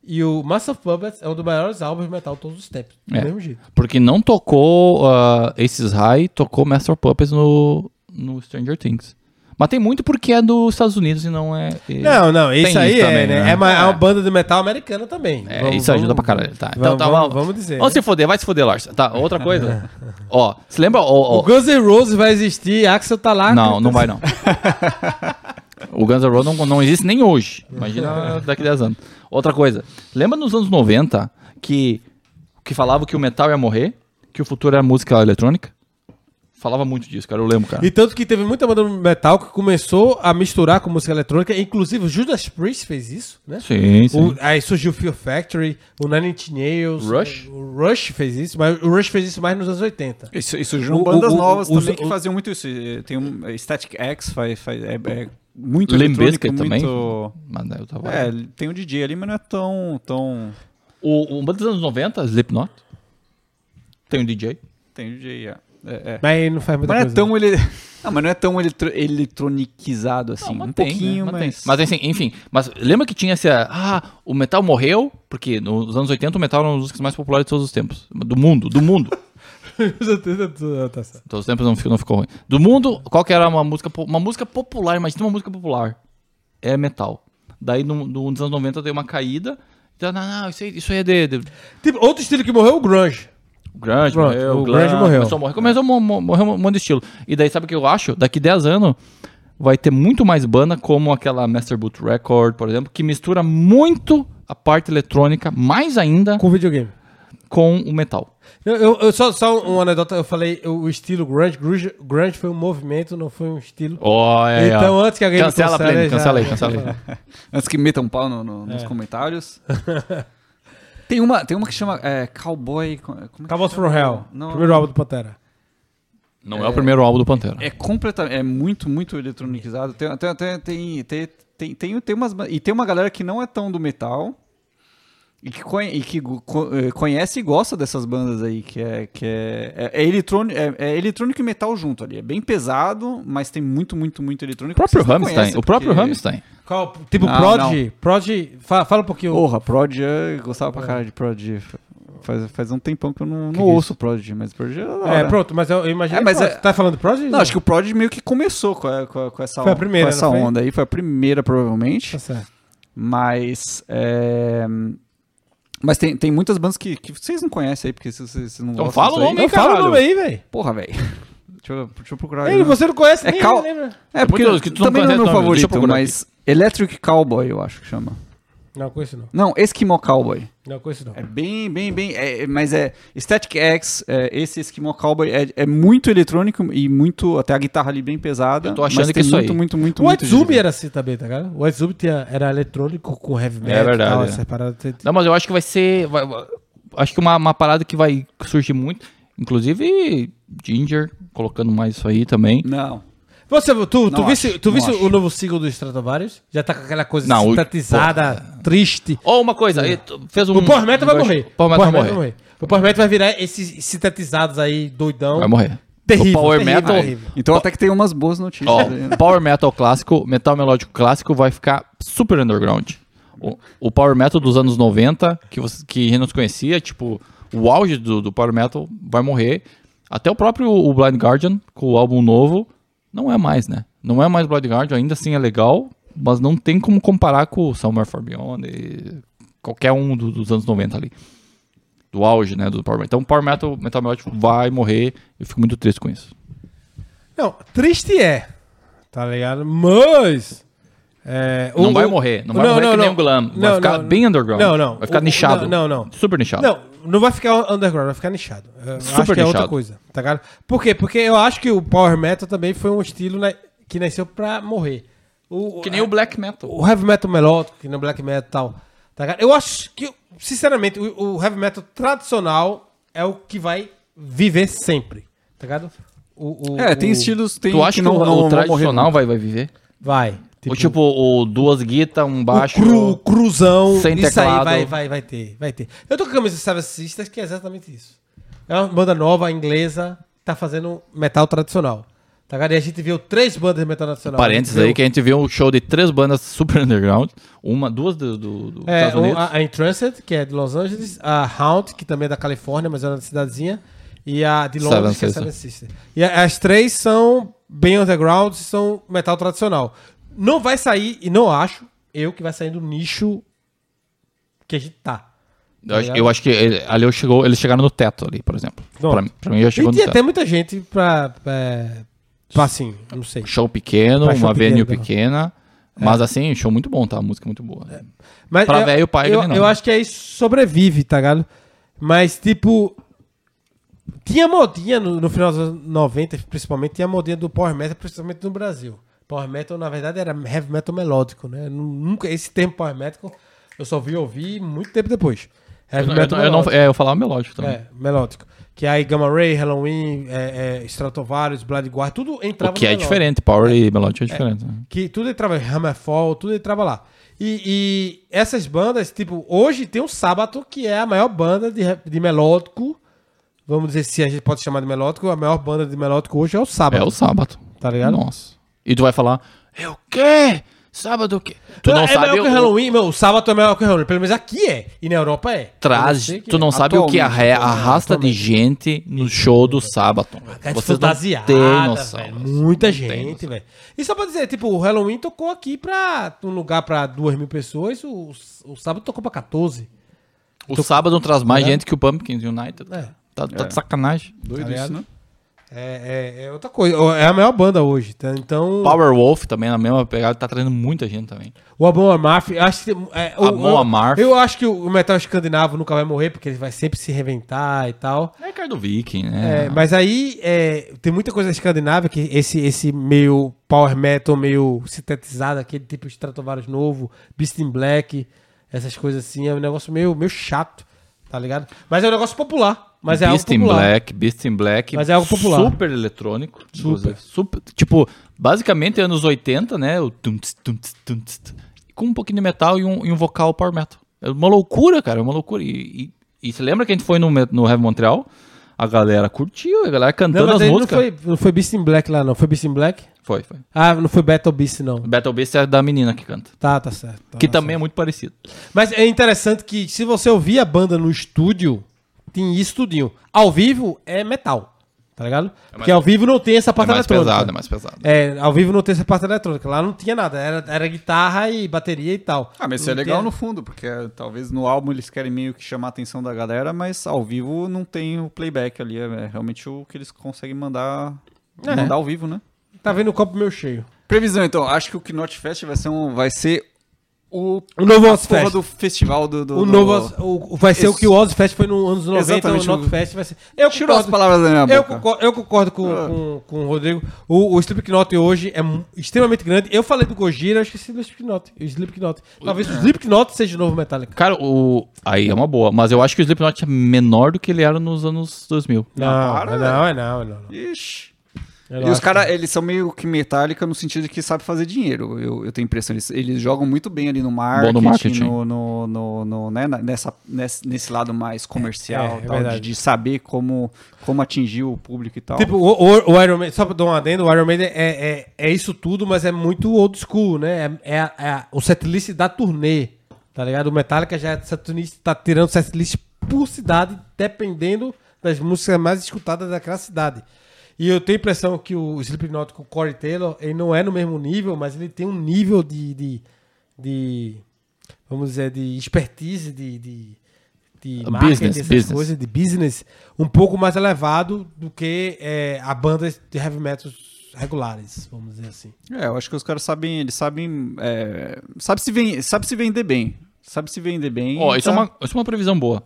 S1: e o Master of Puppets é um dos maiores álbuns de metal de todos os tempos. Do
S2: É.
S1: mesmo jeito.
S2: Porque não tocou ah, Aces High, tocou Master of Puppets no, no Stranger Things. Mas tem muito porque é dos Estados Unidos e não é. e-
S1: Não, não,
S2: Tem
S1: isso aí é,
S2: também,
S1: né?
S2: né?
S1: É, uma, é uma banda de metal americana também.
S2: É,
S1: Vamos-
S2: isso ajuda
S1: vamos-
S2: pra caralho. Tá, então
S1: vamos,
S2: tá
S1: vamos,
S2: vamos-
S1: vamos dizer.
S2: Vamos
S1: né?
S2: se foder, vai se foder, Lars. Tá, outra coisa. ó, se lembra? Ó,
S1: O
S2: ó,
S1: Guns N' Roses vai existir, Axel tá lá.
S2: não, não vai não. o Guns N' Roses não, não existe nem hoje. Imagina daqui a 10 anos. Outra coisa. Lembra nos anos 90 que, que falava que o metal ia morrer? Que o futuro era música eletrônica? Falava muito disso, cara. Eu lembro, cara.
S1: E tanto que teve muita banda metal que começou a misturar com música eletrônica. Inclusive, o Judas Priest fez isso, né?
S2: Sim, sim.
S1: O- aí surgiu o Fear Factory, o Nine Inch Nails.
S2: Rush?
S1: O, o Rush fez isso, mas o Rush fez isso mais nos anos 80.
S3: Isso, isso surgiram
S1: O-
S3: bandas
S1: o- o-
S3: novas
S1: os-
S3: também
S1: o-
S3: que faziam muito isso. Tem um é, Static X, faz, faz, é, é muito
S2: Limp
S3: eletrônico,
S2: Bizkit também.
S3: muito...
S2: Mas daí eu tava.
S3: É, tem um DJ ali, mas não é tão... tão...
S2: O, o banda dos anos 90, Slipknot. Tem um DJ.
S3: Tem DJ, é. é, é.
S1: Mas aí não faz muita
S3: Mas não é
S1: coisa.
S3: tão ele... Não, mas não é tão eletro... eletronicizado assim. um
S2: tem, né?
S3: pouquinho,
S2: Mas tem.
S3: mas...
S2: Mas assim, enfim, mas lembra que tinha essa. Ah, o metal morreu, porque nos anos 80 o metal era um dos músicas mais populares de todos os tempos. Do mundo, do mundo.
S1: Tá certo.
S2: todos os tempos não ficou, não ficou ruim. Do mundo, qual que era uma música, po- uma música popular? Imagina uma música popular. É metal. Daí no, no- nos anos 90 deu uma caída. Então, não, não, isso aí, isso aí é de. de-
S1: Tipo, outro estilo que morreu, o Grunge.
S2: O grunge
S1: Pronto,
S2: morreu,
S1: o
S2: o
S1: grunge
S2: glam,
S1: morreu.
S2: Começou a morrer, começou a mo- mo- morrer um monte de estilo. E daí, sabe o que eu acho? Daqui 10 anos vai ter muito mais banda como aquela Master Boot Record, por exemplo, que mistura muito a parte eletrônica, mais ainda,
S1: Com videogame.
S2: com o metal.
S1: Eu, eu- eu só, só uma anedota, eu falei eu- o estilo grunge, grunge. grunge foi um movimento, não foi um estilo.
S2: Olha,
S3: É,
S1: Então, antes que alguém me
S2: Cancela,
S1: cancele, já-
S2: Pleno,
S1: é.
S2: cancela aí, cancela aí.
S3: Antes que metam um pau no- no- nos comentários. tem, uma, tem uma que chama é, Cowboy. co- Como é que
S1: Cowboys from
S3: chama?
S1: Hell.
S3: Não,
S1: primeiro álbum do Pantera.
S2: Não é o primeiro álbum do Pantera.
S3: É completa, é muito, muito eletronicizado. Tem, tem, tem, tem, tem, tem, tem, tem umas, ba- e tem uma galera que não é tão do metal e que, conhe- e que go- co- eh, conhece e gosta dessas bandas aí, que é, que é, é, é eletrônico, é, é eletrônico e metal junto ali. É bem pesado, mas tem muito, muito, muito
S2: O
S3: eletrônico.
S2: próprio
S3: Vocês não
S2: Rammstein,
S3: conhecem,
S2: o próprio
S3: porque-
S2: Rammstein.
S1: Qual- tipo
S3: Não,
S1: Prodigy. Prodigy, fa- fala, um pouquinho.
S3: Porra, Prodigy, eu gostava pra caralho de Prodigy. Faz, faz um tempão que eu não,
S2: Que
S3: não
S2: que é
S3: ouço Prodigy, mas Prodigy é da
S1: é,
S3: hora.
S1: pronto, mas eu, eu imagino.
S3: É, mas
S1: Prodigy.
S3: é-
S1: Tá falando de Prodigy?
S3: Não, acho que o Prodigy meio que começou com, a- com a- com essa,
S1: Foi a
S3: on-
S1: primeira,
S3: com essa
S1: não foi?
S3: onda aí. Foi a primeira, provavelmente.
S1: Tá certo.
S3: Mas. é, Mas tem, tem muitas bandas que, que vocês não conhecem aí, porque vocês, vocês não
S2: Então
S3: gostam
S2: fala o
S3: disso aí.
S2: nome.
S1: Então fala o
S2: caralho.
S1: nome aí, velho.
S3: Porra, velho. Deixa, eu- deixa eu procurar. aí,
S1: Ei,
S3: né?
S1: Você não conhece
S3: É
S1: nem
S3: cal-
S1: lembra.
S3: É, porque
S2: muitos que tu não
S3: também não é
S2: conhece
S3: meu
S2: o nome, deixa eu
S3: favorito,
S2: procurar
S3: mas Electric Cowboy, eu acho que chama.
S1: Não, conheço não.
S3: Não, Eskimo Cowboy.
S1: Não, conheço não.
S3: É bem, bem, bem. é- é- mas é Static X, é, esse Eskimo Cowboy é, é muito eletrônico e muito. Até a guitarra ali bem pesada.
S2: Eu tô achando
S3: mas
S2: que é
S3: tem
S2: isso
S3: muito,
S2: aí.
S3: muito, muito,
S1: O
S3: muito.
S1: Atsumi
S3: giro.
S1: era assim também, tá ligado? O Atsumi tinha, era eletrônico com heavy metal. e
S2: verdade,
S1: tal,
S2: é.
S1: essas paradas.
S2: Não, mas eu acho que vai ser. vai- vai- acho que uma, uma parada que vai surgir muito. Inclusive, Ginger, colocando mais isso aí também.
S3: Não.
S1: Você, tu, tu
S3: Não
S1: visse,
S3: acho,
S1: tu
S3: não
S1: visse
S3: acho.
S1: o novo single do Stratovarius? Já tá com aquela coisa
S2: Não, o-
S1: sintetizada, triste.
S2: Ou uma coisa, ele t- fez um.
S1: O Power Metal vai
S2: um-
S1: morrer.
S2: O Power Metal vai morrer.
S1: O Power Metal vai virar esses sintetizados aí, doidão.
S2: Vai morrer.
S1: Terrível.
S2: O Power
S1: terrível,
S2: Metal-
S1: terrível.
S3: Então até que tem umas boas notícias.
S2: Ó,
S3: aí, né?
S2: Power Metal clássico, metal melódico clássico vai ficar super underground. O, o Power Metal dos anos 90, que, você, que a gente não conhecia, tipo, o auge do, do Power Metal vai morrer. Até o próprio o Blind Guardian, com o álbum novo, não é mais, né? Não é mais Blind Guardian, ainda assim é legal, mas não tem como comparar com o Somewhere Far Beyond e qualquer um do- dos anos 90 ali. Do auge, né, do Power Metal. Então, o Power Metal, metal melódico vai morrer, eu fico muito triste com isso.
S1: Não, triste é. Tá ligado? Mas. é, o-
S2: Não vai
S1: o-
S2: morrer, não vai morrer que nem o Glam. Vai ficar bem underground.
S1: Não, não.
S2: Vai ficar
S1: O-
S2: nichado.
S1: Não, não.
S2: Super nichado.
S1: Não, não vai ficar underground, vai ficar nichado. Eu
S2: Super
S1: acho que é outra
S2: nichado.
S1: coisa, tá ligado? Por quê? Porque eu acho que o Power Metal também foi um estilo né, que nasceu pra morrer. O,
S2: Que nem o Black Metal.
S1: o heavy metal melódico, que não black metal e tal. Tá ligado? Eu acho que, sinceramente, o, o heavy metal tradicional é o que vai viver sempre. Tá ligado? O, o-
S3: É, tem
S1: o-
S3: estilos tem
S2: Tu acha
S3: que
S2: que
S3: não,
S2: o,
S3: não
S2: o
S3: vão morrer
S2: tradicional vai, vai viver?
S1: Vai.
S2: Ou tipo, o duas guitas, um
S1: o
S2: baixo.
S1: cru, o cruzão.
S2: sem
S1: isso aí
S2: teclado.
S1: vai, vai, vai ter. Vai ter. Eu tô com a camisa do Seven Sisters, que é exatamente isso. É uma banda nova, inglesa, tá fazendo metal tradicional. Tá ligado? E a gente viu três bandas de metal tradicional.
S2: Um Parênteses
S1: A gente
S2: aí, que a gente viu um show de três bandas super underground. Uma, duas do, do, do
S1: É,
S2: Estados
S1: o-
S2: Unidos.
S1: a, a Entranced, que é de Los Angeles, a Hound, que também é da Califórnia, mas é uma cidadezinha, e a de Londres,
S2: Seven
S1: que é a Seven
S2: Sister.
S1: Sister. E a- as três são bem underground, são metal tradicional. Não vai sair, e não acho, eu que vai sair do nicho que a gente tá.
S2: eu, acho, eu acho que ele- ali eu chegou, eles chegaram no teto ali, por exemplo.
S1: Pronto.
S2: Pra, mim- pra mim já
S1: E
S2: chegou no
S1: tem
S2: teto.
S1: até muita gente pra, é, pra assim, não sei.
S2: Show pequeno,
S1: Pra show
S2: uma venue
S1: pequeno, né? É.
S2: pequena. Mas assim, show muito bom, tá? A música é muito boa.
S1: Mas
S2: Pra
S1: eu-
S2: velho, pai
S1: eu,
S2: também não. né?
S1: eu acho que aí sobrevive, tá ligado? Mas, tipo. Tinha modinha no, no final dos anos 90, principalmente, tinha modinha do Power Metal, principalmente no Brasil. Power Metal, na verdade, era heavy metal melódico, né? Nu- Nunca, esse termo Power Metal eu só vi ouvir muito tempo depois. Heavy
S2: Eu, eu, eu não, é, eu falava melódico também.
S1: é, melódico. Que aí Gamma Ray, Halloween, é, é, Stratovarius, Bloodguard, tudo
S2: O
S1: entrava
S2: que
S1: no
S2: é
S1: melódico
S2: diferente, Power e melódico é diferente. né?
S1: que tudo entrava Hammerfall, tudo entrava lá. E, e essas bandas, tipo, hoje tem o Sábado, que é a maior banda de, rap- de melódico. Vamos dizer, se a gente pode chamar de melódico, a maior banda de melódico hoje é o Sábado.
S2: É o sábado.
S1: Tá ligado?
S2: Nossa. E tu vai falar, é o quê? Sábado o quê? Tu não,
S1: é
S2: sabe
S1: maior
S2: o
S1: que o Halloween, meu, o Sábado é maior que o Halloween. Pelo menos aqui é. E na Europa é.
S2: Traz, tu não sabe o que arre- arrasta de gente no show do sábado.
S1: Você
S2: Vocês não
S1: fantasiada,
S2: têm noção.
S1: velho,
S2: vocês
S1: muita
S2: não têm
S1: gente,
S2: noção.
S1: velho. E só pra dizer, tipo, o Halloween tocou aqui pra um lugar pra duas mil pessoas, o, o sábado tocou pra 14.
S2: O sábado traz mais gente que o Pumpkins United.
S1: É.
S2: Tá, tá de sacanagem.
S3: Doido
S1: Tá
S3: isso, né?
S1: É, é- é outra coisa. É a maior banda hoje. tá? Então.
S2: Power Wolf também, na mesma pegada, tá trazendo muita gente também.
S1: O Amon Amarth, eu acho que. É, o,
S2: Amon Amarth.
S1: Eu acho que o metal escandinavo nunca vai morrer, porque ele vai sempre se reventar e tal.
S2: É Ricardo Viking,
S1: É,
S2: né?
S1: mas aí é, tem muita coisa escandinava que esse, esse meio power metal, meio sintetizado, aquele tipo Stratovarius novo, Beast in Black, essas coisas assim, é um negócio meio, meio chato, tá ligado? Mas é um negócio popular. Mas é algo
S2: Beast in
S1: popular.
S2: Black, Beast in Black.
S1: Mas é algo popular.
S2: Super eletrônico. inclusive. Super. Tipo, basicamente anos 80, né? O tum tss, tum tss, tum tss, com um pouquinho de metal e um, e um vocal power metal. É uma loucura, cara, é uma loucura. E, e, e você lembra que a gente foi no, me- no Heavy Montreal? A galera curtiu, a galera
S1: Não,
S2: cantando
S1: mas
S2: as
S1: aí não
S2: músicas.
S1: foi, não foi Beast in Black lá, não. Foi Beast in Black?
S2: Foi, foi.
S1: Ah, não foi Battle Beast, não.
S2: Battle Beast é da menina que canta.
S1: Tá, tá certo. tá
S2: Que
S1: certo.
S2: também é muito parecido.
S1: Mas é interessante que se você ouvir a banda no estúdio, tem isso tudinho. Ao vivo é metal, tá
S3: É
S1: ligado? Porque ao vivo não tem essa
S2: É
S1: parte
S2: mais
S1: eletrônica.
S2: pesado, é mais pesado.
S1: É, ao vivo não tem essa parte eletrônica. Lá não tinha nada. Era, era guitarra e bateria e tal.
S3: Ah, mas isso
S1: Não né?
S3: é legal
S1: tinha-
S3: no fundo, porque eh, talvez no álbum eles querem meio que chamar a atenção da galera, mas ao vivo não tem o playback ali. É é realmente o que eles conseguem mandar,
S1: É.
S3: mandar ao vivo, né?
S1: Tá vendo o copo meio cheio.
S3: Previsão, então. Acho que o Knot Fest vai ser, um, vai ser o
S1: O novo
S3: a porra
S1: Ozfest.
S3: do festival do... do
S1: O
S3: do-
S1: novo Oz- o, o- vai ser o
S3: Esse-
S1: que o Ozfest foi nos anos 90,
S3: Exatamente,
S1: o Not
S3: o-
S1: Fest vai ser. Eu
S3: Tirou as
S1: concordo,
S3: palavras da minha
S1: eu
S3: boca.
S1: concordo, eu concordo com,
S3: Ah.
S1: com, com o Rodrigo. O, o Slipknot hoje é mu- extremamente grande. Eu falei do Gojira, eu esqueci do Slipknot. O Slipknot. Talvez o Slipknot seja o novo Metallica.
S2: Cara, o. Aí é uma boa, mas eu acho que o Slipknot é menor do que ele era nos anos 2000.
S1: Não,
S3: para,
S1: é não, é não, é não.
S3: Ixi.
S1: Eu
S3: e os
S1: acho
S3: caras, eles são meio que metálica no sentido de que sabe fazer dinheiro. Eu, eu tenho a impressão. Eles, eles jogam muito bem ali no marketing,
S2: no marketing.
S3: no- no- no- no- né, na- nessa, nesse, nesse lado mais comercial,
S1: é, é
S3: tal,
S1: verdade.
S3: de, de saber como, como atingir o público e tal.
S1: Tipo, o, o- o Iron Maiden, só pra dar um adendo, o Iron Maiden é, é, é isso tudo, mas é muito old school, né? É, é, a- é a- o setlist da turnê, tá ligado? O Metallica já é setlist, tá tirando setlist por cidade, dependendo das músicas mais escutadas daquela cidade. E eu tenho a impressão que o Slipknot com o Corey Taylor, ele não é no mesmo nível, mas ele tem um nível de... de, de- vamos dizer, de expertise, de... de de
S2: Business,
S1: marketing, essas
S2: business.
S1: coisas, de business um pouco mais elevado do que é, a banda de heavy metal regulares, vamos dizer assim.
S3: É, eu acho que os caras sabem, eles sabem, é, sabe se ven- sabe se vender bem. Sabe se vender bem.
S1: Então
S2: Ó, isso, é
S3: tá?
S2: uma, isso é uma previsão boa.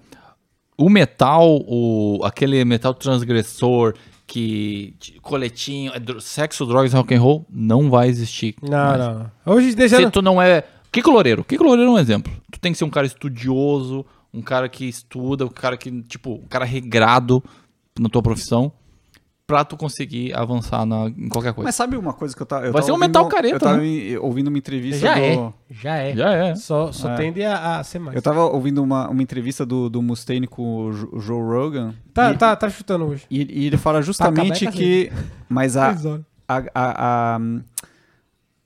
S2: O metal, o, aquele metal transgressor que de- coletinho, é dro- sexo, drogas, rock and roll, não vai existir.
S1: Não, não. Hoje deixando.
S2: Se tu não é. Que coloreiro? Que coloreiro é um exemplo. Tu tem que ser um cara estudioso, um cara que estuda, um cara que, tipo, um cara regrado na tua profissão, pra tu conseguir avançar na, em qualquer coisa.
S3: Mas sabe uma coisa que eu tava. Eu
S2: Vai
S3: tava
S2: ser um
S3: ouvindo-
S2: metal careta,
S3: Eu tava em- ouvindo uma entrevista
S1: Já
S3: do.
S1: é. Já é.
S2: Já é.
S1: Só, só tende a, a ser mais.
S3: Eu tava ouvindo uma, uma entrevista do, do Mustaine com o Jo- Joe Rogan.
S1: Tá,
S3: e,
S1: tá, tá chutando hoje.
S3: E, e ele fala justamente
S1: Tá, acabei
S3: que. Mas a,
S1: Três horas.
S3: a, a, a,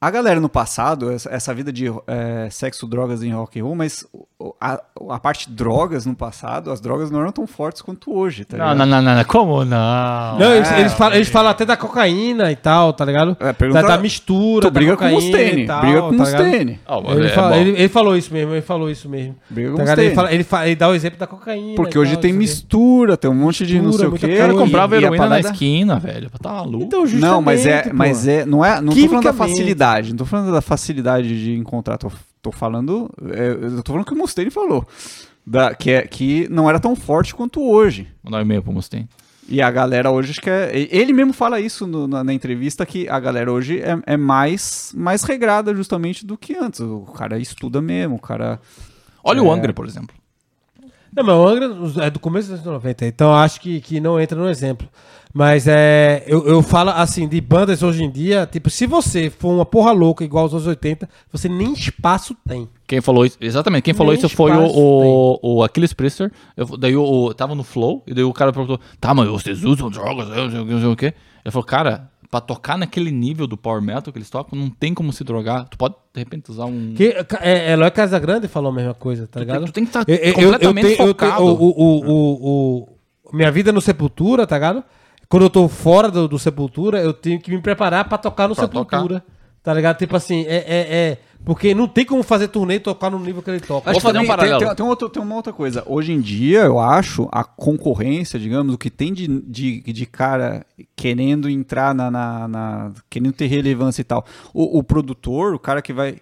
S3: a galera no passado, essa, essa vida de eh, sexo, drogas em rock and roll, mas o- a, a parte drogas no passado, as drogas não eram tão fortes quanto hoje, tá
S2: Não,
S3: ligado?
S2: não, não, não, não. Como não?
S1: Não, eles, eles falam, eles falam até da cocaína e tal, tá ligado?
S3: É, pergunta-
S1: da, da mistura,
S3: Tu briga
S1: da
S3: com o Mustaine, briga com o
S1: tá ligado?
S3: Mustaine.
S2: Ah,
S1: Ele,
S2: é
S1: fala-
S2: bom.
S1: ele- ele falou isso mesmo, ele falou isso mesmo.
S3: Briga com
S1: Tá ligado? ele,
S3: Mustaine.
S1: fala- ele fa- ele dá o exemplo da cocaína.
S3: Porque
S1: e
S3: hoje
S1: tal,
S3: tem
S1: isso aqui.
S3: mistura, tem um monte de não
S1: Mistura,
S3: sei o
S1: muita
S3: quê.
S1: cocaína.
S2: Eu comprava
S3: E- e a
S2: heroína na
S3: parada-
S2: esquina, velho. Tá maluco.
S1: Então, justamente.
S3: Não, mas é,
S1: pô.
S3: mas é, não é, não tô falando da
S1: Quimicamente.
S3: facilidade, não tô falando da facilidade de encontrar, tô, tô falando, é, eu tô falando o que o Mustaine falou, da, que, é, que não era tão forte quanto hoje.
S2: Mandar um e-mail pro Mustaine.
S3: E a galera hoje acho que é, e- ele mesmo fala isso no- na, na entrevista que a galera hoje é, é mais mais regrada justamente do que antes. O cara estuda mesmo, o cara
S2: Olha
S1: É.
S2: o Angra, por exemplo.
S1: Não, mas o Angra os- é do começo dos anos 90, então acho que, que não entra no exemplo. Mas é, eu, eu falo assim, de bandas hoje em dia, tipo, se você for uma porra louca igual aos anos 80, você nem espaço tem.
S2: Quem falou isso, exatamente, quem
S1: Nem
S2: falou isso foi o,
S1: espaço
S2: o, o Aquiles Priester. Eu- daí o, o- tava no Flow, e daí o cara perguntou: Tá, mas vocês usam drogas, eu não sei o que, não sei o que. Ele falou: Cara, pra tocar naquele nível do Power Metal que eles tocam, não tem como se drogar. Tu pode, de repente, usar um.
S1: Que, é, Eloy Casagrande falou a mesma coisa, tá ligado?
S2: tu tem que tá
S1: Eu- eu- eu
S2: completamente
S1: tenho- eu
S2: focado.
S1: tenho- o, o- o- o- o- minha vida no Sepultura, tá ligado? Quando eu tô fora do, do Sepultura, eu tenho que me preparar pra tocar no
S2: Pra
S1: Sepultura. Tá ligado? Tipo assim, é, é, é- Porque não tem como fazer turnê e tocar no nível que ele toca.
S2: Acho- Vou fazer um
S3: também tem-
S2: paralelo.
S3: Tem, tem outro- tem uma outra coisa. Hoje em dia, eu acho, a concorrência, digamos, o que tem de, de, de cara querendo entrar na, na- na- querendo ter relevância e tal. O, o produtor, o cara que vai.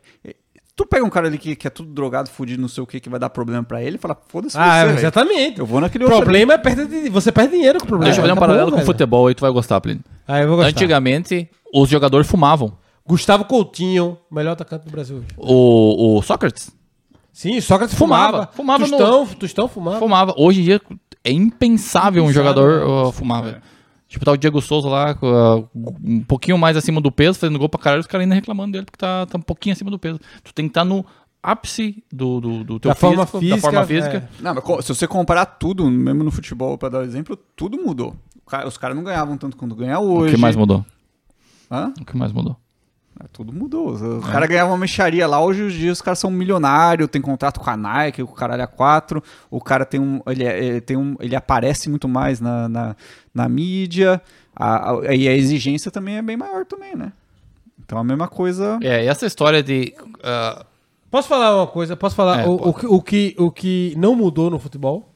S3: Tu pega um cara ali que, que é tudo drogado, fudido, não sei o que, que vai dar problema pra ele, fala, foda-se
S2: é,
S1: Ah,
S3: você,
S2: tá-
S3: velho.
S1: exatamente.
S3: Eu vou naquele
S1: O problema é perder de- você perde dinheiro com o problema.
S2: Deixa eu fazer um
S1: Acabou,
S2: paralelo com o
S1: tá velho.
S2: futebol aí, tu vai gostar, Plínio.
S1: Ah, eu vou gostar.
S2: Antigamente, os jogadores fumavam.
S1: Gustavo Coutinho, melhor atacante do Brasil.
S2: O, o Sócrates
S1: Sim, Sócrates
S2: Fumava.
S1: fumava.
S2: Fumava no-
S1: Tostão, Tostão fumava.
S2: fumava. Hoje em dia é impensável um
S1: Impensável,
S2: jogador
S1: né?
S2: uh, fumar, velho. Tipo, tá o Diego Souza lá, com, uh, um pouquinho mais acima do peso, fazendo gol pra caralho, os caras ainda reclamando dele, porque tá, tá um pouquinho acima do peso. Tu tem que estar no ápice do, do, do teu
S1: Da forma
S2: da
S1: física,
S2: forma física.
S3: Não, mas co- se você comparar tudo, mesmo no futebol, pra dar o exemplo, tudo mudou. O cara- Os caras não ganhavam tanto quanto ganha
S2: O
S3: hoje.
S2: que mais mudou?
S3: Hã?
S2: O que mais mudou?
S3: Ah, Tudo mudou. Os os
S2: É.
S3: caras ganhavam uma mexaria lá, hoje os dias os caras são milionários, tem contrato com a Nike, com o caralho a 4. O cara tem um. Ele, é- ele tem um, ele aparece muito mais na, na, na mídia. a- a- e a exigência também é bem maior também, né? Então a mesma coisa.
S2: É, essa história de. ah,
S1: Posso falar uma coisa? Posso falar
S2: É,
S1: o, o
S2: pode.
S1: que, o, que, o que não mudou no futebol?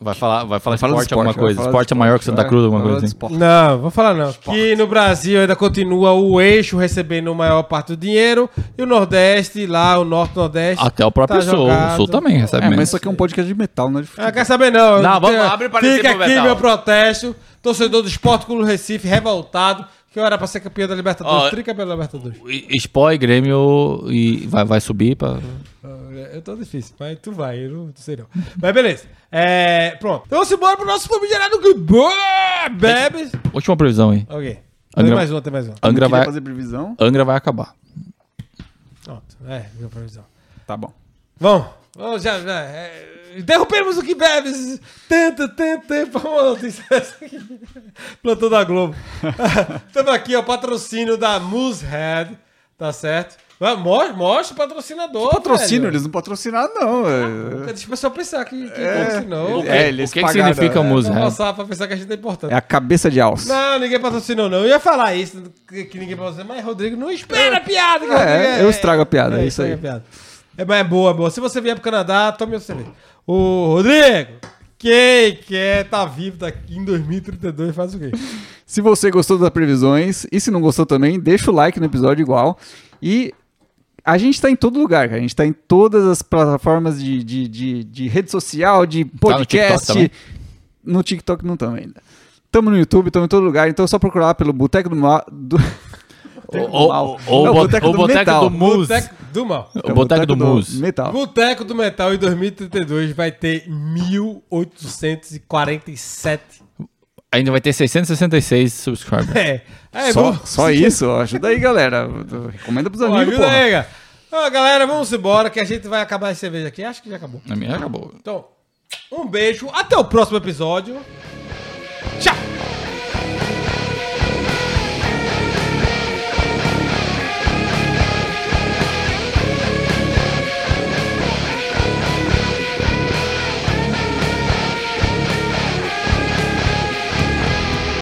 S2: vai falar, vai falar
S3: Fala do
S2: esporte, alguma
S3: vai,
S2: coisa.
S3: fala do
S2: Esporte é maior que
S3: esporte,
S2: Santa
S3: vai.
S2: Cruz, alguma
S3: Fala
S2: coisa
S3: do
S2: assim.
S3: esporte.
S1: Não, vou falar não. Que no Brasil ainda continua o eixo recebendo maior parte do dinheiro e o Nordeste lá, o Norte Nordeste.
S2: Até o próprio
S1: tá
S2: Sul. O
S1: jogado.
S2: Sul também recebe
S3: É, mas
S2: menos.
S3: isso aqui é um podcast de metal, não é de futebol.
S1: Ah, quer saber não?
S2: Não,
S1: Eu
S2: vamos
S1: tenho-
S2: lá, abre parecer
S1: Fica
S2: pro
S1: aqui
S2: Betal.
S1: meu protesto. Torcedor do Esporte Clube Recife, revoltado, que eu era pra ser campeão da Libertadores,
S2: Ó,
S1: tricampeão da Libertadores.
S2: E- Sport, Grêmio e vai, vai subir pra.
S1: Ah, Eu tô é, difícil, mas tu vai, eu não sei não. Mas beleza. É, pronto. Então vamos embora pro nosso famigerado que bebe.
S2: Última previsão aí.
S1: Ok. Tem
S2: Angra-
S1: mais uma, tem mais um. uma.
S3: Não
S2: Angra
S3: queria
S2: vai,
S3: fazer previsão?
S2: Angra vai acabar.
S1: Pronto. É, minha previsão.
S3: Tá bom.
S1: Vamos. Vamos, já, já. É, derrubemos o que bebes. Tanta, tanta, assim. Plantão da Globo. Estamos aqui, ó, patrocínio da Moosehead, tá certo? Vai, Mostra, mostra o patrocinador,
S3: Patrocínio,
S1: velho.
S3: eles não patrocinaram, não. é-
S1: Deixa o pessoal pensar que, que patrocinou.
S3: É,
S2: o que,
S3: eles
S2: que
S3: pagaram,
S2: significa
S3: né?
S1: Vamos
S2: música?
S1: passar pra pensar que a gente é importante.
S3: É a cabeça de alça.
S1: Não, ninguém patrocinou, não. Eu ia falar isso, que, que ninguém patrocinou, mas Rodrigo não espera a piada. Que Rodrigo
S3: É, eu estrago a piada, é, isso aí.
S1: estraga a piada. É, mas é boa, é boa. Se você vier pro Canadá, tome o cerveja. Ô, Rodrigo, quem quer tá vivo daqui em 2032 faz o quê?
S3: Se você gostou das previsões, e se não gostou também, deixa o like no episódio igual. E a gente tá em todo lugar, cara. A gente tá em todas as plataformas de, de, de, de rede social, de podcast.
S2: Tá TikTok também?
S3: no TikTok não estamos ainda. Tamo no YouTube, tamo em todo lugar, então é só procurar lá pelo Boteco do Mal. Do...
S2: Ou
S3: Mal.
S2: o,
S3: Não,
S2: boteco, o boteco do Muse.
S1: Boteco do mal.
S2: O boteco do Muse.
S3: Metal.
S1: Boteco do Metal em 2032 vai ter 1847.
S2: Ainda vai ter 666 subscribers.
S1: É, é
S3: só,
S1: vamos-
S3: só isso, ó. ajuda aí, galera. Recomenda pros
S1: Pô,
S3: amigos,
S1: ajuda
S3: porra.
S1: aí, cara. Ó, galera, vamos embora que a gente vai acabar essa cerveja aqui. Acho que já acabou.
S2: A minha acabou.
S1: Então, um beijo. Até o próximo episódio. Tchau!